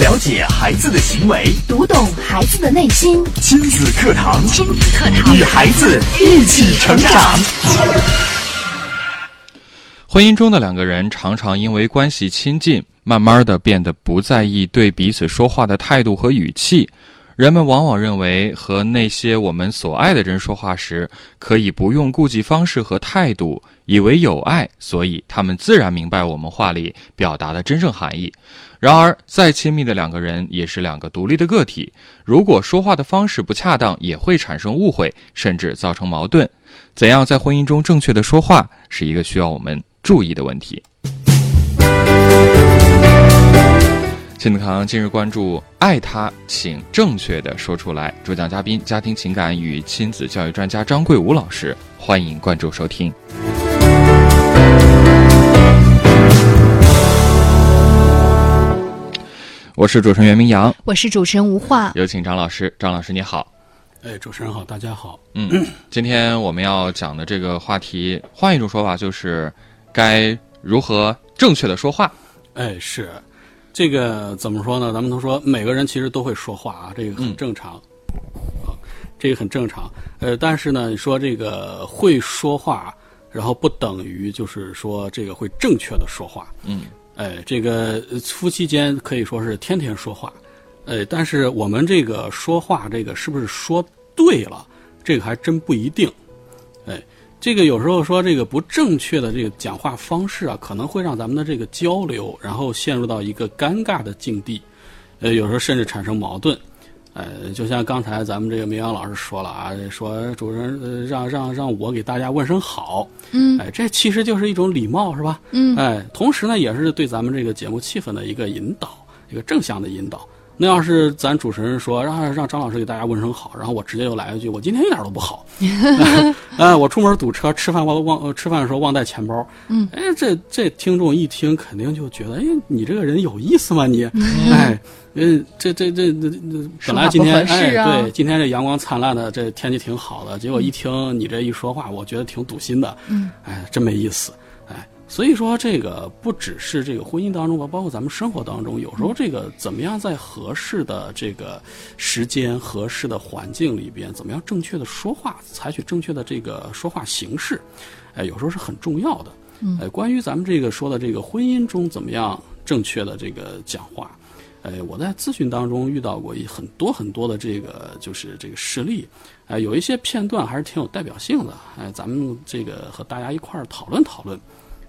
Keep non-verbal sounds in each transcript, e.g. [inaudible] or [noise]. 了解孩子的行为，读懂孩子的内心。亲子课堂，亲子课堂与孩子一起成长。婚姻中的两个人常常因为关系亲近，慢慢的变得不在意对彼此说话的态度和语气。人们往往认为，和那些我们所爱的人说话时，可以不用顾忌方式和态度，以为有爱，所以他们自然明白我们话里表达的真正含义。然而，再亲密的两个人也是两个独立的个体，如果说话的方式不恰当，也会产生误会，甚至造成矛盾。怎样在婚姻中正确的说话，是一个需要我们注意的问题。亲子课堂今日关注：爱他，请正确的说出来。主讲嘉宾：家庭情感与亲子教育专家张桂武老师。欢迎关注收听。我是主持人袁明阳，我是主持人吴化。有请张老师。张老师你好，哎，主持人好，大家好。嗯，今天我们要讲的这个话题，换一种说法就是该如何正确的说话。哎，是，这个怎么说呢？咱们都说每个人其实都会说话啊，这个很正常，啊，这个很正常。呃，但是呢，你说这个会说话，然后不等于就是说这个会正确的说话。嗯，哎，这个呃夫妻间可以说是天天说话，呃，但是我们这个说话这个是不是说对了，这个还真不一定。哎，这个有时候说这个不正确的这个讲话方式啊，可能会让咱们的这个交流，然后陷入到一个尴尬的境地，呃，有时候甚至产生矛盾。呃，就像刚才咱们这个明阳老师说了啊，说主持人、呃、让让让我给大家问声好，嗯哎，这其实就是一种礼貌，是吧？嗯哎，同时呢，也是对咱们这个节目气氛的一个引导，一个正向的引导。那要是咱主持人说让让张老师给大家问声好，然后我直接就来一句我今天一点都 [laughs] 不好，哎，我出门堵车，吃饭忘忘呃吃饭的时候忘带钱包，嗯，哎，这这听众一听肯定就觉得，哎，你这个人有意思吗你？哎，嗯，这这这这这本来今说话不天合哎适啊对，今天这阳光灿烂的，这天气挺好的，结果一听你这一说话，我觉得挺堵心的，嗯，哎，真没意思，哎，所以说这个不只是这个婚姻当中吧，包括咱们生活当中，有时候这个怎么样在合适的这个时间、合适的环境里边，怎么样正确的说话，采取正确的这个说话形式，哎，有时候是很重要的。嗯哎，关于咱们这个说的这个婚姻中怎么样正确的这个讲话，呃，我在咨询当中遇到过一很多很多的这个就是这个事例，呃，有一些片段还是挺有代表性的，哎、咱们这个和大家一块儿讨论讨论，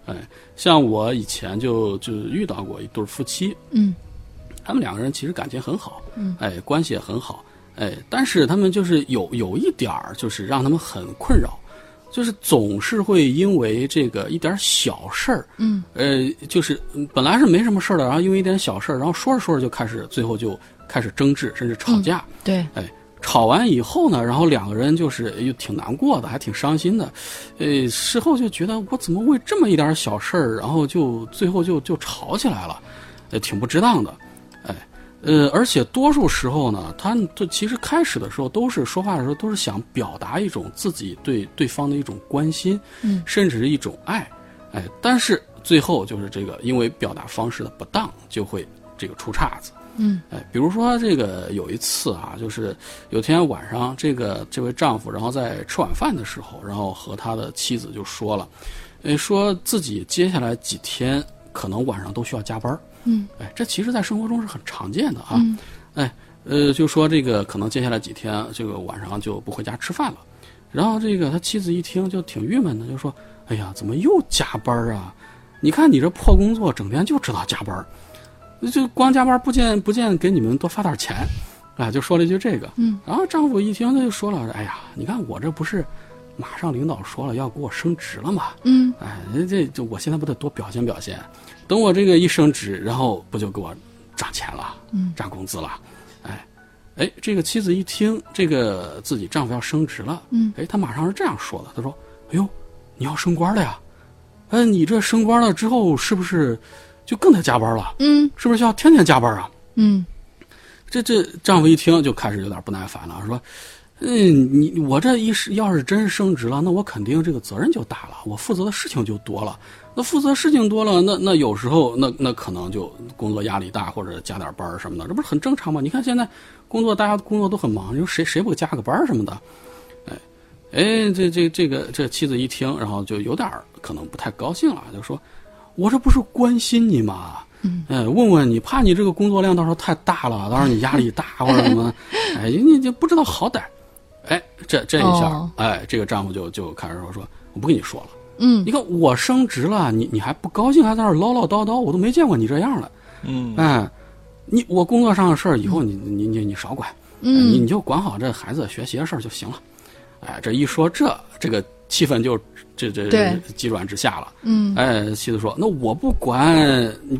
哎、像我以前就就遇到过一对夫妻，嗯他们两个人其实感情很好，嗯哎，关系也很好，哎，但是他们就是有有一点儿，就是让他们很困扰，就是总是会因为这个一点儿小事儿，嗯呃，就是嗯本来是没什么事儿的，然后因为一点小事儿，然后说着说着就开始，最后就开始争执，甚至吵架。对，哎，吵完以后呢，然后两个人就是哎又挺难过的，还挺伤心的，呃，事后就觉得我怎么为这么一点小事儿，然后就最后就就吵起来了，呃，挺不值当的，哎，呃，而且多数时候呢，他们这其实开始的时候都是说话的时候都是想表达一种自己对对方的一种关心，嗯甚至是一种爱，哎，但是最后就是这个因为表达方式的不当，就会这个出岔子。嗯哎，比如说这个有一次啊，就是有天晚上，这个这位丈夫，然后在吃晚饭的时候，然后和他的妻子就说了，哎，说自己接下来几天可能晚上都需要加班儿。嗯哎，这其实在生活中是很常见的啊。嗯哎，呃，就说这个可能接下来几天这个晚上就不回家吃饭了。然后这个他妻子一听就挺郁闷的，就说：“哎呀，怎么又加班儿啊？你看你这破工作，整天就知道加班儿，就光加班儿不见不见给你们多发点钱。”啊，就说了一句这个。嗯。然后丈夫一听他就说了：“哎呀，你看我这不是马上领导说了要给我升职了吗？嗯哎，这这我现在不得多表现表现？等我这个一升职，然后不就给我涨钱了，嗯涨工资了？哎，哎，这个妻子一听这个自己丈夫要升职了，嗯哎，她马上是这样说的，她说：“哎呦，你要升官了呀？哎，你这升官了之后是不是就更得加班了？嗯是不是就要天天加班啊？”嗯这这丈夫一听就开始有点不耐烦了，说：“嗯，你我这一是要是真升职了，那我肯定这个责任就大了，我负责的事情就多了。那负责事情多了，那那有时候那那可能就工作压力大，或者加点班儿什么的，这不是很正常吗？你看现在工作大家工作都很忙，你说谁谁不加个班儿什么的？哎哎，这这这个这妻子一听，然后就有点儿可能不太高兴了，就说：“我这不是关心你吗？”哎，问问你，怕你这个工作量到时候太大了，到时候你压力大或者什么，哎，你就不知道好歹。哎，这这一下，哦哎，这个丈夫就就开始说说，我不跟你说了，嗯你看我升职了，你你还不高兴，还在那儿唠唠叨叨，我都没见过你这样了。嗯哎，你我工作上的事儿以后你你你你少管，哎你嗯你就管好这孩子学习的事儿就行了。哎，这一说这这个气氛就这这对急转直下了。嗯，哎，妻子说：“那我不管，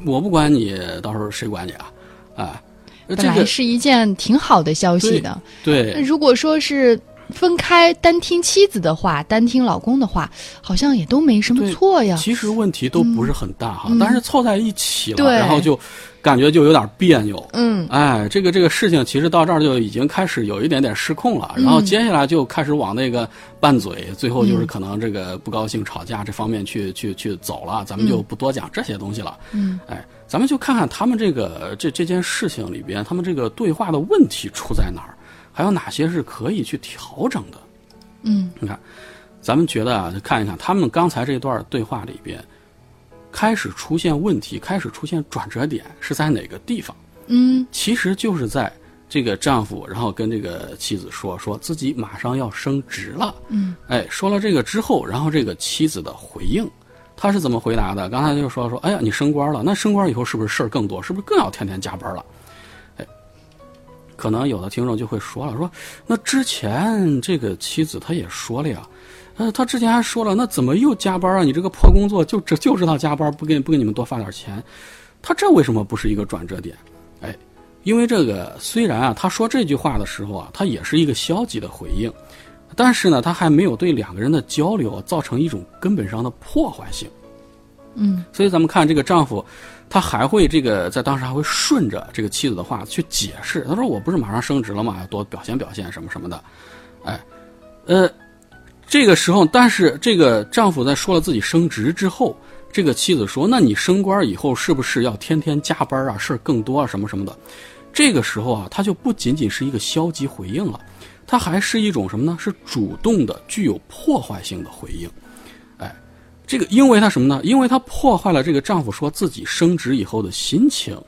我不管你，到时候谁管你啊？啊，这本来个是一件挺好的消息的。那对如果说是分开单听妻子的话，单听老公的话，好像也都没什么对错呀。其实问题都不是很大哈，嗯但是凑在一起了，对然后就感觉就有点别扭。嗯，哎，这个这个事情其实到这儿就已经开始有一点点失控了，然后接下来就开始往那个拌嘴，最后就是可能这个不高兴、吵架这方面去去去走了，咱们就不多讲这些东西了。嗯，哎，咱们就看看他们这个这这件事情里边，他们这个对话的问题出在哪儿，还有哪些是可以去调整的。嗯，你看，咱们觉得啊，看一看他们刚才这段对话里边，开始出现问题，开始出现转折点是在哪个地方？嗯，其实就是在这个丈夫，然后跟这个妻子说，说自己马上要升职了。嗯，哎，说了这个之后，然后这个妻子的回应，她是怎么回答的？刚才就说说，哎呀，你升官了，那升官以后是不是事儿更多？是不是更要天天加班了？哎，可能有的听众就会说了，说那之前这个妻子她也说了呀。呃，她之前还说了，那怎么又加班啊？你这个破工作就知就知道加班，不给不给你们多发点钱，她这为什么不是一个转折点？哎，因为这个虽然啊，他说这句话的时候啊，他也是一个消极的回应，但是呢，他还没有对两个人的交流造成一种根本上的破坏性。嗯，所以咱们看这个丈夫，他还会这个在当时还会顺着这个妻子的话去解释，他说我不是马上升职了嘛，要多表现表现什么什么的，哎，呃，这个时候，但是这个丈夫在说了自己升职之后，这个妻子说：“那你升官以后是不是要天天加班啊，事儿更多啊，什么什么的？”这个时候啊，他就不仅仅是一个消极回应了，他还是一种什么呢？是主动的、具有破坏性的回应。哎，这个因为他什么呢？因为他破坏了这个丈夫说自己升职以后的心情。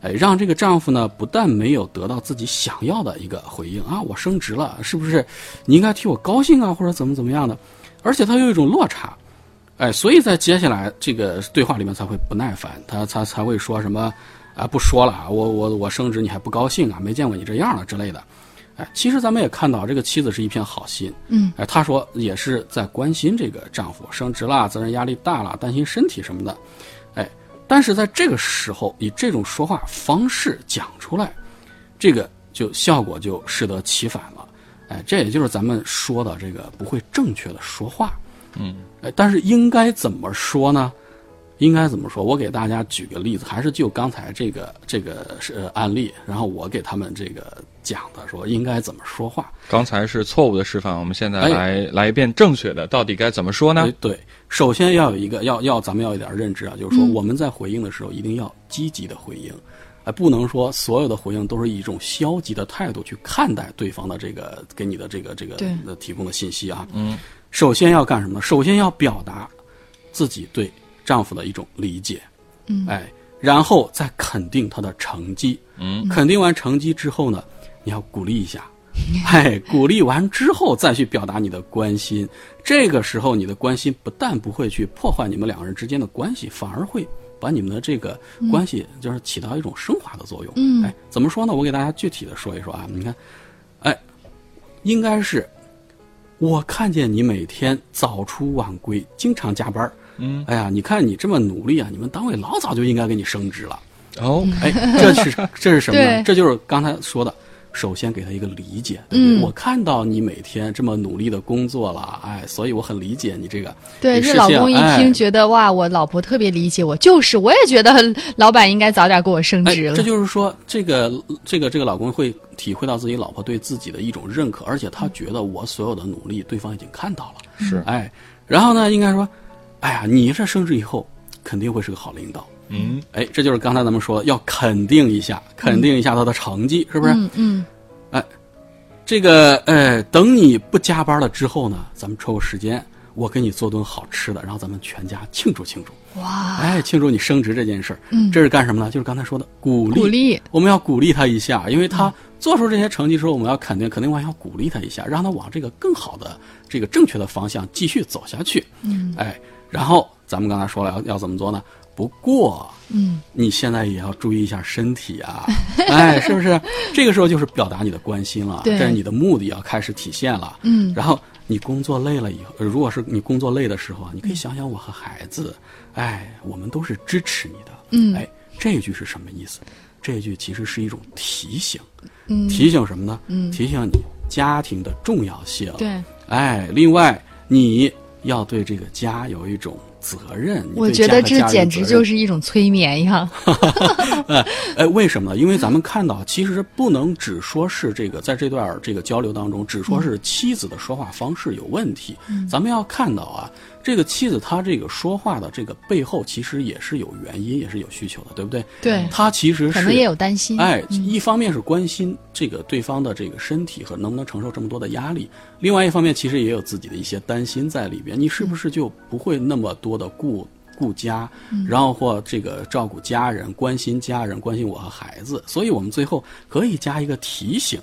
哎，让这个丈夫呢，不但没有得到自己想要的一个回应啊，我升职了，是不是？你应该替我高兴啊，或者怎么怎么样的，而且他有一种落差，哎，所以在接下来这个对话里面才会不耐烦，他才才会说什么啊，不说了，啊，我我我升职你还不高兴啊，没见过你这样了之类的。哎，其实咱们也看到，这个妻子是一片好心，嗯，哎，她说也是在关心这个丈夫升职啦，责任压力大了，担心身体什么的，哎，但是在这个时候以这种说话方式讲出来，这个就效果就适得其反了，哎，这也就是咱们说的这个不会正确的说话，哎，但是应该怎么说呢？应该怎么说？我给大家举个例子，还是就刚才这个这个是呃案例，然后我给他们这个讲的说应该怎么说话。刚才是错误的示范，我们现在哎来、来一遍正确的，到底该怎么说呢？哎对，首先要有一个要要咱们要有点认知啊，就是说嗯我们在回应的时候一定要积极的回应，哎，不能说所有的回应都是以一种消极的态度去看待对方的这个给你的这个这个对呃提供的信息啊。嗯，首先要干什么？首先要表达自己对丈夫的一种理解，嗯哎，然后再肯定他的成绩，嗯，肯定完成绩之后呢，你要鼓励一下。哎，鼓励完之后再去表达你的关心，这个时候你的关心不但不会去破坏你们两个人之间的关系，反而会把你们的这个关系就是起到一种升华的作用。嗯哎，怎么说呢？我给大家具体的说一说啊，你看，哎，应该是我看见你每天早出晚归，经常加班嗯，哎呀，你看你这么努力啊，你们单位老早就应该给你升职了。哦， [laughs] 哎，这是这是什么呢？对这就是刚才说的，首先给他一个理解，对不对嗯我看到你每天这么努力的工作了，哎，所以我很理解你这个。对，你这实老现公一哎听觉得、哇，我老婆特别理解我，就是我也觉得老板应该早点给我升哎，职了。这就是说，这个这个这个老公会体会到自己老婆对自己的一种认可，而且他觉得我所有的努力，对方已经看到了。是哎，然后呢，应该说，哎呀，你这升职以后肯定会是个好领导。嗯，哎，这就是刚才咱们说要肯定一下，肯定一下他的成绩，是不是？嗯嗯，这个，呃，等你不加班了之后呢，咱们抽个时间，我给你做顿好吃的，然后咱们全家庆祝庆祝。哇，哎，庆祝你升职这件事儿，嗯这是干什么呢？就是刚才说的鼓励，鼓励嗯我们要鼓励他一下，因为他做出这些成绩之后，我们要肯定，肯定我还要鼓励他一下，让他往这个更好的、这个正确的方向继续走下去。嗯哎，然后咱们刚才说了要要怎么做呢？不过嗯，你现在也要注意一下身体啊， [laughs] 哎，是不是？这个时候就是表达你的关心了，对这是你的目的要开始体现了。嗯然后你工作累了以后，呃如果是你工作累的时候啊，你可以想想我和孩子，哎，我们都是支持你的。嗯哎，这一句是什么意思？这一句其实是一种提醒，嗯提醒什么呢？嗯提醒你家庭的重要性。对，嗯哎，另外你要对这个家有一种责任。你我对觉家得和这家人简有直责任就是一种催眠一样。哎，为什么呢？因为咱们看到，其实不能只说是这个，在这段儿这个交流当中，只说是嗯妻子的说话方式有问题。咱们要看到啊，这个妻子她这个说话的这个背后，其实也是有原因，也是有需求的，对不对？对她其实是可能也有担心。嗯哎，一方面是关心这个对方的这个身体和能不能承受这么多的压力，另外一方面其实也有自己的一些担心在里边，你是不是就不会那么多的顾顾家，嗯然后或这个照顾家人、关心家人、关心我和孩子，所以我们最后可以加一个提醒。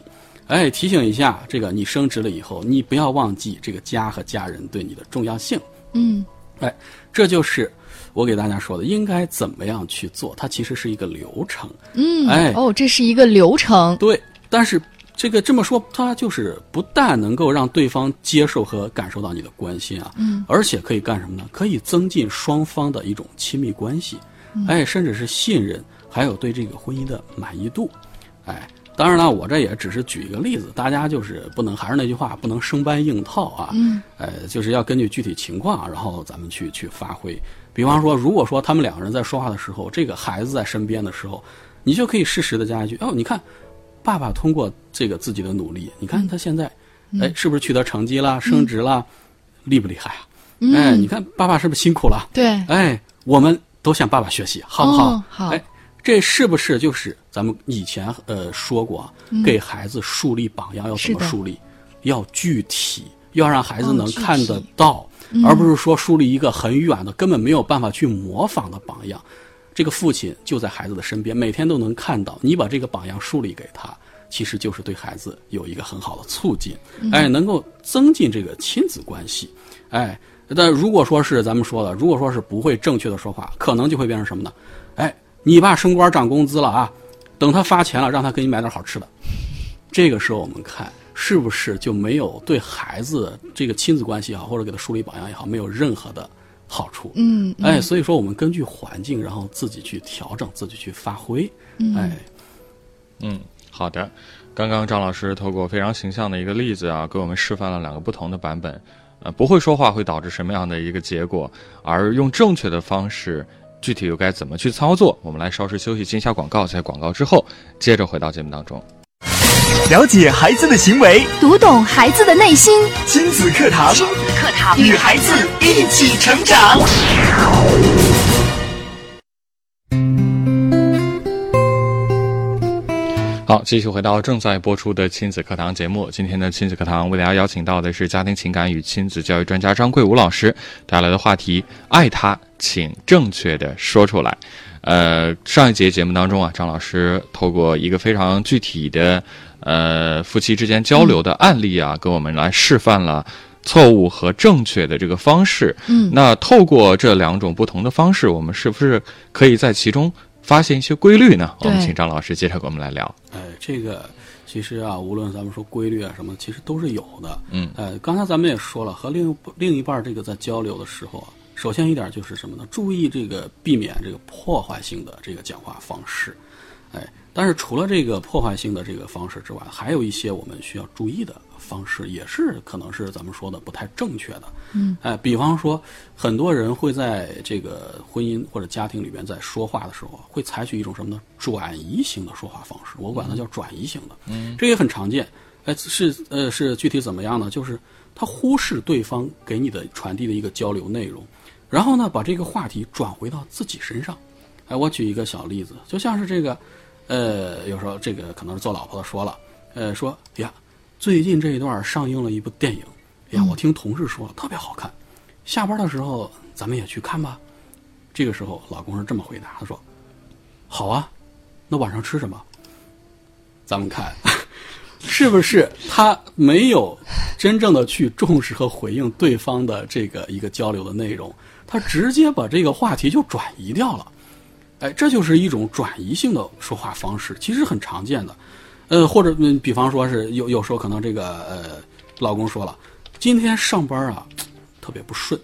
哎，提醒一下，这个你升职了以后，你不要忘记这个家和家人对你的重要性。嗯哎，这就是我给大家说的，应该怎么样去做，它其实是一个流程。嗯，哎哦，这是一个流程。对，但是这个这么说，它就是不但能够让对方接受和感受到你的关心啊，嗯，而且可以干什么呢？可以增进双方的一种亲密关系，哎，甚至是信任，还有对这个婚姻的满意度，哎。当然了，我这也只是举一个例子，大家就是不能，还是那句话，不能生搬硬套啊。嗯，呃，就是要根据具体情况，啊然后咱们去去发挥。比方说，如果说他们两个人在说话的时候，这个孩子在身边的时候，你就可以适时的加一句：“哦，你看，爸爸通过这个自己的努力，嗯你看他现在，哎，是不是取得成绩啦、升职啦，厉不厉害啊？嗯哎，你看爸爸是不是辛苦了？对，哎，我们都向爸爸学习，好不好？嗯哦好哎，这是不是就是咱们以前呃说过啊，给孩子树立榜样要怎嗯么是的树立？要具体，要让孩子能哦具体嗯看得到，而不是说树立一个很远的、根本没有办法去模仿的榜样。这个父亲就在孩子的身边，每天都能看到。你把这个榜样树立给他，其实就是对孩子有一个很好的促进，嗯哎，能够增进这个亲子关系，哎。但如果说是咱们说的，如果说是不会正确的说话，可能就会变成什么呢？哎，你爸升官涨工资了啊，等他发钱了，让他给你买点好吃的。这个时候我们看是不是就没有对孩子这个亲子关系也好，或者给他树立榜样也好，没有任何的好处。嗯，嗯哎，所以说我们根据环境，然后自己去调整，自己去发挥。哎，嗯，好的。刚刚张老师透过非常形象的一个例子啊，给我们示范了两个不同的版本。呃，不会说话会导致什么样的一个结果？而用正确的方式，具体又该怎么去操作？我们来稍事休息，接一下广告，在广告之后接着回到节目当中。了解孩子的行为，读懂孩子的内心。亲子课堂，亲子课堂，与孩子一起成长。好，继续回到正在播出的亲子课堂节目。今天的亲子课堂为大家邀请到的是家庭情感与亲子教育专家张桂武老师带来的话题：爱他，请正确的说出来。呃，上一节节目当中啊，张老师透过一个非常具体的呃夫妻之间交流的案例啊，给我们来示范了。错误和正确的这个方式，嗯那透过这两种不同的方式，我们是不是可以在其中发现一些规律呢？我们对请张老师接着给我们来聊。哎，这个其实啊，无论咱们说规律啊什么，其实都是有的。嗯呃，刚才咱们也说了，和另一另一半这个在交流的时候啊，首先一点就是什么呢？注意这个避免这个破坏性的这个讲话方式。哎，但是除了这个破坏性的这个方式之外，还有一些我们需要注意的方式，也是可能是咱们说的不太正确的。嗯，哎，比方说，很多人会在这个婚姻或者家庭里边，在说话的时候，啊会采取一种什么呢？转移型的说话方式，我管它叫转移型的。嗯，这也很常见。哎，是呃，是具体怎么样呢？就是他忽视对方给你的传递的一个交流内容，然后呢，把这个话题转回到自己身上。哎，我举一个小例子，就像是这个，呃，有时候这个可能是做老婆的说了，呃，说呀，最近这一段上映了一部电影，呀，我听同事说特别好看，下班的时候咱们也去看吧。这个时候，老公是这么回答，他说：“好啊，那晚上吃什么？咱们看。” [laughs] 是不是他没有真正的去重视和回应对方的这个一个交流的内容？他直接把这个话题就转移掉了。哎，这就是一种转移性的说话方式，其实很常见的。呃，或者嗯，比方说是有有时候可能这个呃，老公说了，今天上班啊特别不顺，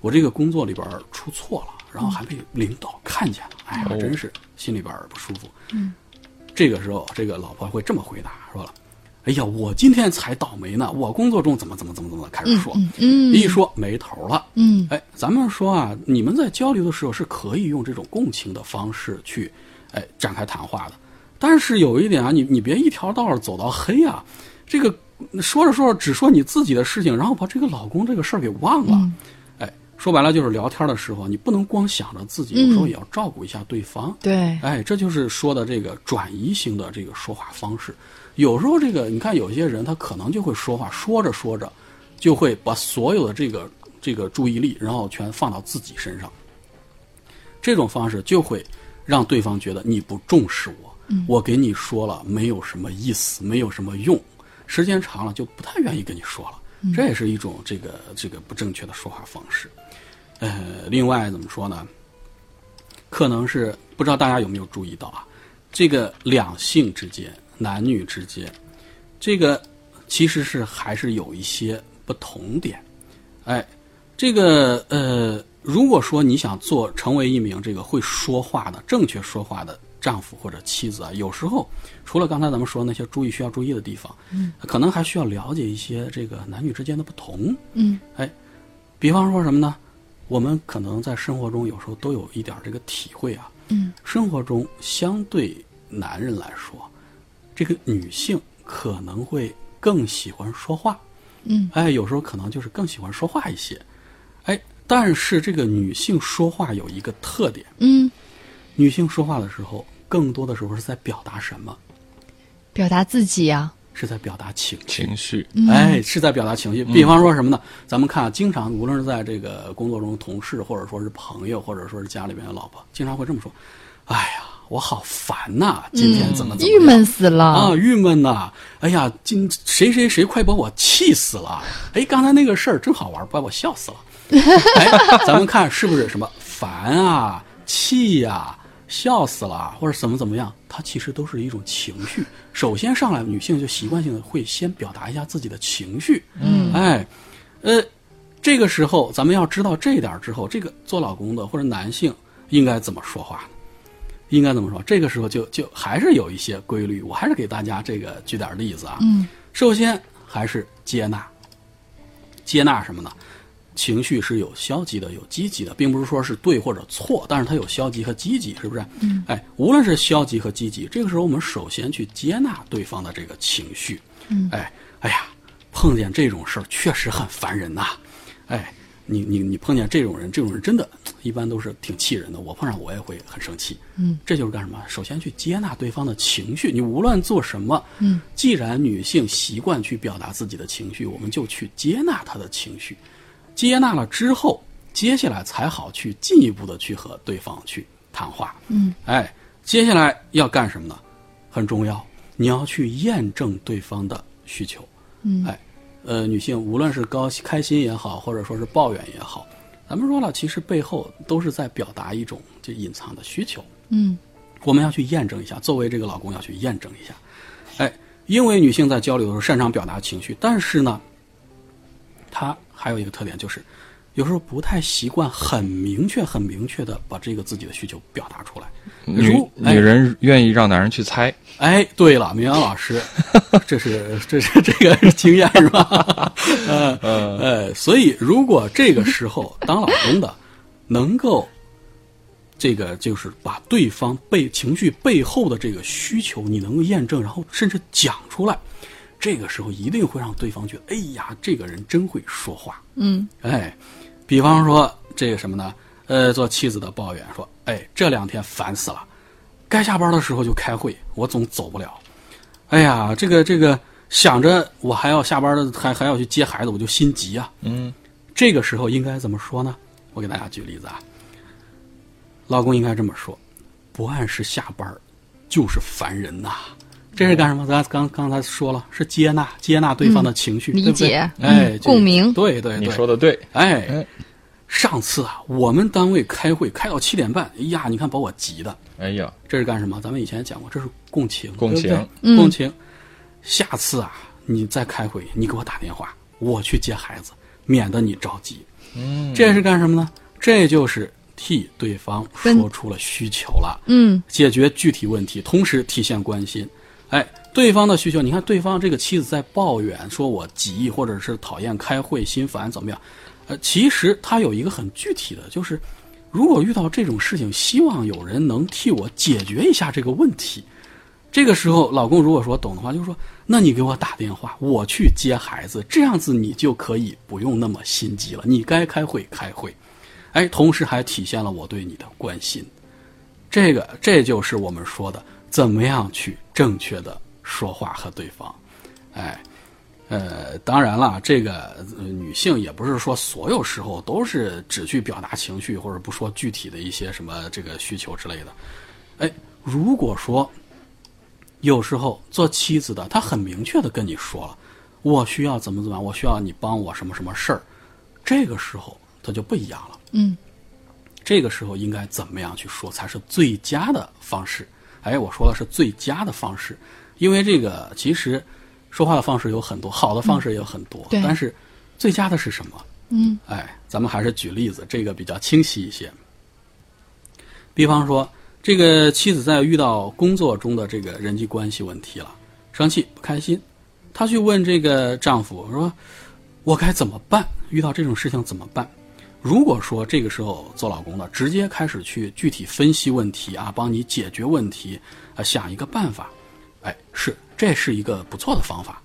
我这个工作里边儿出错了，然后还被领导看见了，哎呀，真是心里边儿不舒服。嗯，这个时候这个老婆会这么回答，说了。哎呀，我今天才倒霉呢！我工作中怎么怎么怎么怎么开始说，嗯一说没头了。嗯哎，咱们说啊，你们在交流的时候是可以用这种共情的方式去，哎，展开谈话的。但是有一点啊，你你别一条道儿走到黑啊，这个说着说着只说你自己的事情，然后把这个老公这个事儿给忘了。哎，说白了就是聊天的时候，你不能光想着自己，有时候也要照顾一下对方。对，哎，这就是说的这个转移型的这个说话方式。有时候这个，你看有些人他可能就会说话，说着说着，就会把所有的这个这个注意力，然后全放到自己身上。这种方式就会让对方觉得你不重视我，我给你说了没有什么意思，没有什么用，时间长了就不太愿意跟你说了。这也是一种这个这个不正确的说话方式。呃，另外怎么说呢？可能是不知道大家有没有注意到啊，这个两性之间、男女之间，这个其实是还是有一些不同点。哎，这个呃，如果说你想做成为一名这个会说话的、正确说话的丈夫或者妻子啊，有时候除了刚才咱们说那些注意需要注意的地方，嗯，可能还需要了解一些这个男女之间的不同。嗯，哎，比方说什么呢？我们可能在生活中有时候都有一点儿这个体会啊。嗯，生活中相对男人来说，这个女性可能会更喜欢说话。嗯，哎，有时候可能就是更喜欢说话一些。哎，但是这个女性说话有一个特点，嗯，女性说话的时候，更多的时候是在表达什么？表达自己啊，是在表达情绪。情绪，嗯哎，是在表达情绪。比方说什么呢？咱们看啊，经常无论是在这个工作中，同事或者说是朋友，或者说是家里边的老婆，经常会这么说：“哎呀，我好烦呐、今天怎么嗯怎么郁样、闷死啊，了。郁闷呐、哎呀，今谁谁谁快把我气死了！哎，刚才那个事儿真好玩，把我笑死了。哎，咱们看是不是什么烦啊、气呀、笑死了，或者怎么怎么样？它其实都是一种情绪。首先上来，女性就习惯性的会先表达一下自己的情绪。嗯，哎，呃，这个时候咱们要知道这一点儿之后，这个做老公的或者男性应该怎么说话呢？应该怎么说？这个时候就就还是有一些规律，我还是给大家这个举点例子啊。嗯，首先还是接纳，接纳什么呢？情绪是有消极的，有积极的，并不是说是对或者错，但是它有消极和积极，是不是？嗯，哎，无论是消极和积极，这个时候我们首先去接纳对方的这个情绪。嗯，哎，哎呀，碰见这种事儿确实很烦人呐、哎，你你你碰见这种人，这种人真的一般都是挺气人的。我碰上我也会很生气。嗯，这就是干什么？首先去接纳对方的情绪。你无论做什么，嗯，既然女性习惯去表达自己的情绪，我们就去接纳她的情绪。接纳了之后，接下来才好去进一步的去和对方去谈话。嗯，哎，接下来要干什么呢？很重要，你要去验证对方的需求。嗯，哎，呃，女性无论是高兴开心也好，或者说是抱怨也好，咱们说了，其实背后都是在表达一种这隐藏的需求。嗯，我们要去验证一下，作为这个老公要去验证一下。哎，因为女性在交流的时候擅长表达情绪，但是呢，她还有一个特点就是，有时候不太习惯很明确、很明确的把这个自己的需求表达出来。女如哎女人愿意让男人去猜，哎，对了，明阳老师，这是这是这个是经验是吧？ [laughs] 呃呃，所以如果这个时候当老公的能够，这个就是把对方背情绪背后的这个需求，你能够验证，然后甚至讲出来，这个时候一定会让对方觉得，哎呀，这个人真会说话。嗯，哎，比方说这个什么呢？呃，做妻子的抱怨说，哎，这两天烦死了，该下班的时候就开会，我总走不了。哎呀，这个这个，想着我还要下班的，还还要去接孩子，我就心急啊。嗯，这个时候应该怎么说呢？我给大家举例子啊，老公应该这么说：不按时下班儿就是烦人呐、这是干什么？咱刚刚才说了，是接纳接纳对方的情绪，嗯理对不对解哎，嗯就共鸣对对对，你说的对，哎哎，上次啊，我们单位开会开到七点半，哎呀，你看把我急的，哎呀，这是干什么？咱们以前也讲过，这是共情，共情对不对嗯共情。下次啊，你再开会，你给我打电话，我去接孩子，免得你着急。嗯，这是干什么呢？这就是替对方跟说出了需求了。嗯，解决具体问题，同时体现关心。哎，对方的需求，你看对方这个妻子在抱怨说我急，或者是讨厌开会、心烦怎么样？呃，其实他有一个很具体的，就是如果遇到这种事情，希望有人能替我解决一下这个问题。这个时候，老公如果说懂的话，就说：“那你给我打电话，我去接孩子，这样子你就可以不用那么心急了。你该开会开会，哎，同时还体现了我对你的关心。”这个，这就是我们说的怎么样去正确的说话和对方。哎，呃，当然了，这个、呃女性也不是说所有时候都是只去表达情绪，或者不说具体的一些什么这个需求之类的。哎，如果说有时候做妻子的，她很明确的跟你说了，我需要怎么怎么样，我需要你帮我什么什么事儿，这个时候她就不一样了。嗯，这个时候应该怎么样去说才是最佳的方式？哎，我说的是最佳的方式，因为这个其实说话的方式有很多，好的方式也有很多，嗯对但是最佳的是什么？嗯，哎，咱们还是举例子，这个比较清晰一些。比方说，这个妻子在遇到工作中的这个人际关系问题了，生气不开心，她去问这个丈夫说：“我该怎么办？遇到这种事情怎么办？”如果说这个时候做老公的直接开始去具体分析问题啊，帮你解决问题，啊，想一个办法，哎，是这是一个不错的方法，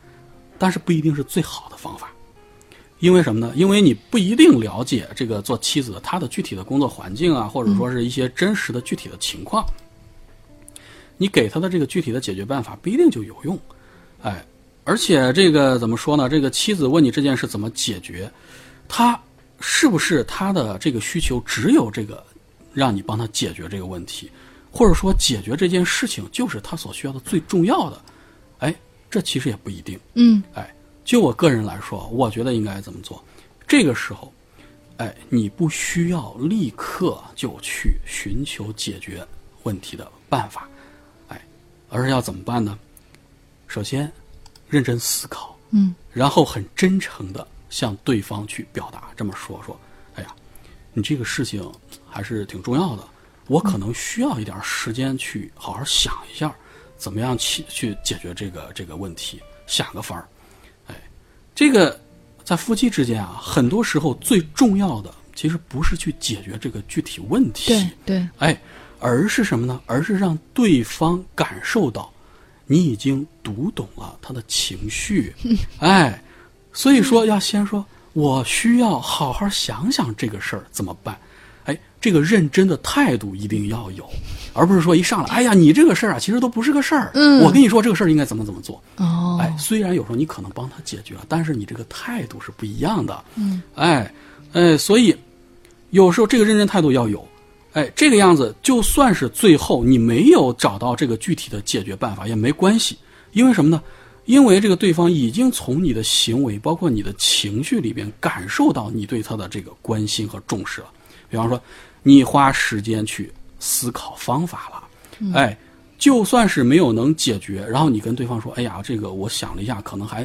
但是不一定是最好的方法。因为什么呢？因为你不一定了解这个做妻子的她的具体的工作环境啊，或者说是一些真实的具体的情况，你给她的这个具体的解决办法不一定就有用，哎，而且这个怎么说呢？这个妻子问你这件事怎么解决，她是不是她的这个需求只有这个让你帮她解决这个问题，或者说解决这件事情就是她所需要的最重要的？哎，这其实也不一定。嗯，哎，就我个人来说，我觉得应该怎么做？这个时候，哎，你不需要立刻就去寻求解决问题的办法，哎，而是要怎么办呢？首先，认真思考，嗯，然后很真诚的向对方去表达，这么说说，哎呀，你这个事情还是挺重要的，我嗯可能需要一点时间去好好想一下，怎么样去去解决这个这个问题，想个法儿。哎，这个在夫妻之间啊，很多时候最重要的其实不是去解决这个具体问题，对对，哎，而是什么呢？而是让对方感受到你已经读懂了他的情绪，哎，所以说要先说，我需要好好想想这个事儿怎么办。哎，这个认真的态度一定要有，而不是说一上来，哎呀，你这个事儿啊，其实都不是个事儿。嗯我跟你说这个事儿应该怎么怎么做。哦，哎，虽然有时候你可能帮他解决了，但是你这个态度是不一样的。嗯，哎，哎，所以有时候这个认真态度要有。哎，这个样子，就算是最后你没有找到这个具体的解决办法也没关系，因为什么呢？因为这个对方已经从你的行为，包括你的情绪里边感受到你对他的这个关心和重视了。比方说，你花时间去思考方法了，哎，就算是没有能解决，然后你跟对方说：“哎嗯呀，这个我想了一下，可能还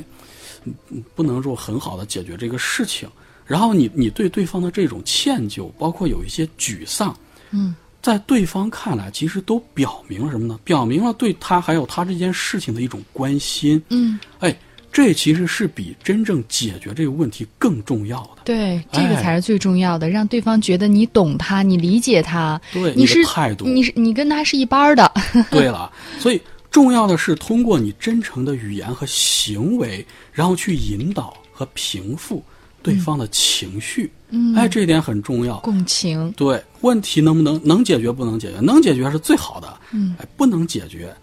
嗯不能说很好的解决这个事情。”然后你你对对方的这种歉疚，包括有一些沮丧，嗯，在对方看来，其实都表明了什么呢？表明了对他还有他这件事情的一种关心。嗯，哎，这其实是比真正解决这个问题更重要的。对，这个哎才是最重要的，让对方觉得你懂他，你理解他，对你你的是态度你是你跟他是一班儿的， [laughs] 对了，所以重要的是通过你真诚的语言和行为，然后去引导和平复对方的情绪。嗯，哎，这一点很重要。共情。对，问题能不能能解决？不能解决，能解决是最好的。嗯，哎，不能解决，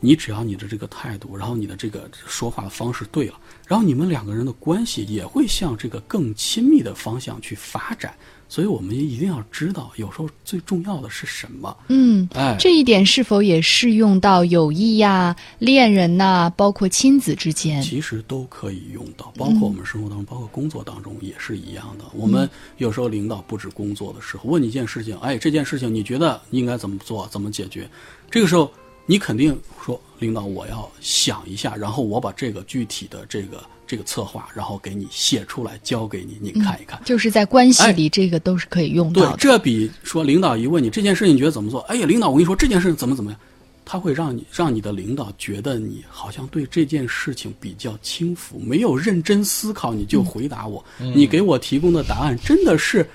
你只要你的这个态度，然后你的这个说话的方式对了，然后你们两个人的关系也会向这个更亲密的方向去发展。所以我们一定要知道，有时候最重要的是什么。嗯，哎，这一点是否也适用到友谊呀、恋人呐、包括亲子之间？其实都可以用到，包括我们生活当中，包括工作当中也是一样的。我们有时候领导布置工作的时候，问你一件事情，哎，这件事情你觉得应该怎么做，怎么解决？这个时候你肯定说，领导，我要想一下，然后我把这个具体的这个这个策划，然后给你写出来，交给你，你看一看。就是在关系哎里，这个都是可以用对到，的。这比说领导一问你这件事情你觉得怎么做，哎呀，领导，我跟你说这件事情怎么怎么样，他会让你让你的领导觉得你好像对这件事情比较轻浮，没有认真思考你就回答我，嗯你给我提供的答案真的是。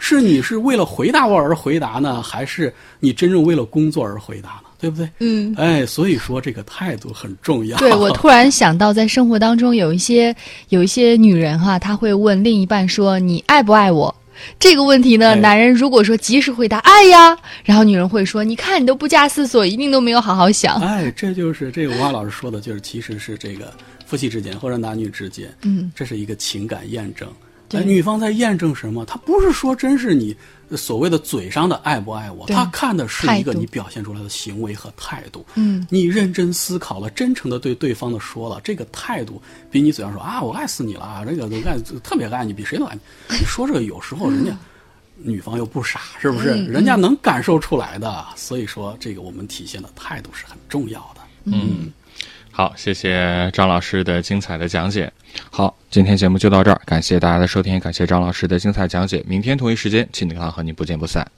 是你是为了回答我而回答呢，还是你真正为了工作而回答呢？对不对？嗯，哎，所以说这个态度很重要。对我突然想到，在生活当中有一些有一些女人哈，她会问另一半说：“你爱不爱我？”这个问题呢，哎男人如果说及时回答“爱呀”，然后女人会说：“你看你都不加思索，一定都没有好好想。哎，这就是这个吴华老师说的，就是其实是这个夫妻之间或者男女之间，嗯，这是一个情感验证。对哎女方在验证什么？她不是说真是你呃所谓的嘴上的爱不爱我，对她看的是一态度个你表现出来的行为和态度。嗯，你认真思考了，真诚的对对方的说了，这个态度比你嘴上说啊我爱死你了啊，这个我爱特别爱你，比谁都爱你。你说这个有时候人家。女方又不傻，是不是？人家能感受出来的，所以说这个我们体现的态度是很重要的。嗯嗯好，谢谢张老师的精彩的讲解。好，今天节目就到这儿，感谢大家的收听，感谢张老师的精彩讲解。明天同一时间，亲子课堂和您不见不散。